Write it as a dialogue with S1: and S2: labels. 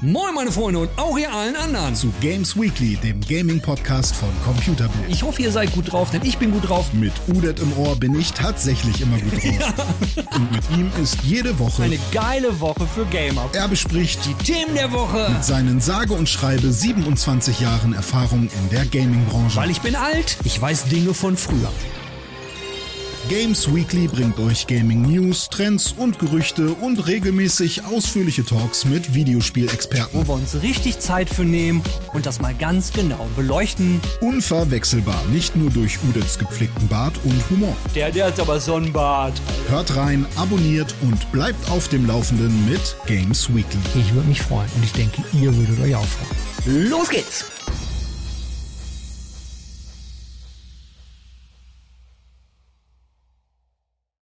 S1: Moin meine Freunde und auch ihr allen anderen.
S2: zu Games Weekly, dem Gaming-Podcast von Computerbild.
S1: Ich hoffe, ihr seid gut drauf, denn ich bin gut drauf.
S2: Mit Udet im Ohr bin ich tatsächlich immer gut drauf. Und mit ihm ist jede Woche.
S3: Eine geile Woche für Gamer.
S2: er bespricht die-
S1: Themen der Woche.
S2: mit seinen sage und schreibe 27 Jahren Erfahrung in der Gaming-Branche.
S1: Weil ich bin alt, ich weiß Dinge von früher.
S2: Games Weekly bringt euch Gaming-News, Trends und Gerüchte und regelmäßig ausführliche Talks mit Videospielexperten.
S3: Wo wir uns richtig Zeit für nehmen und das mal ganz genau beleuchten.
S2: Unverwechselbar, nicht nur durch Udets gepflegten Bart und Humor.
S3: Der, der hat aber Sonnenbart.
S2: Hört rein, abonniert und bleibt auf dem Laufenden mit Games Weekly.
S3: Ich würde mich freuen und ich denke, ihr würdet euch auch freuen. Los geht's!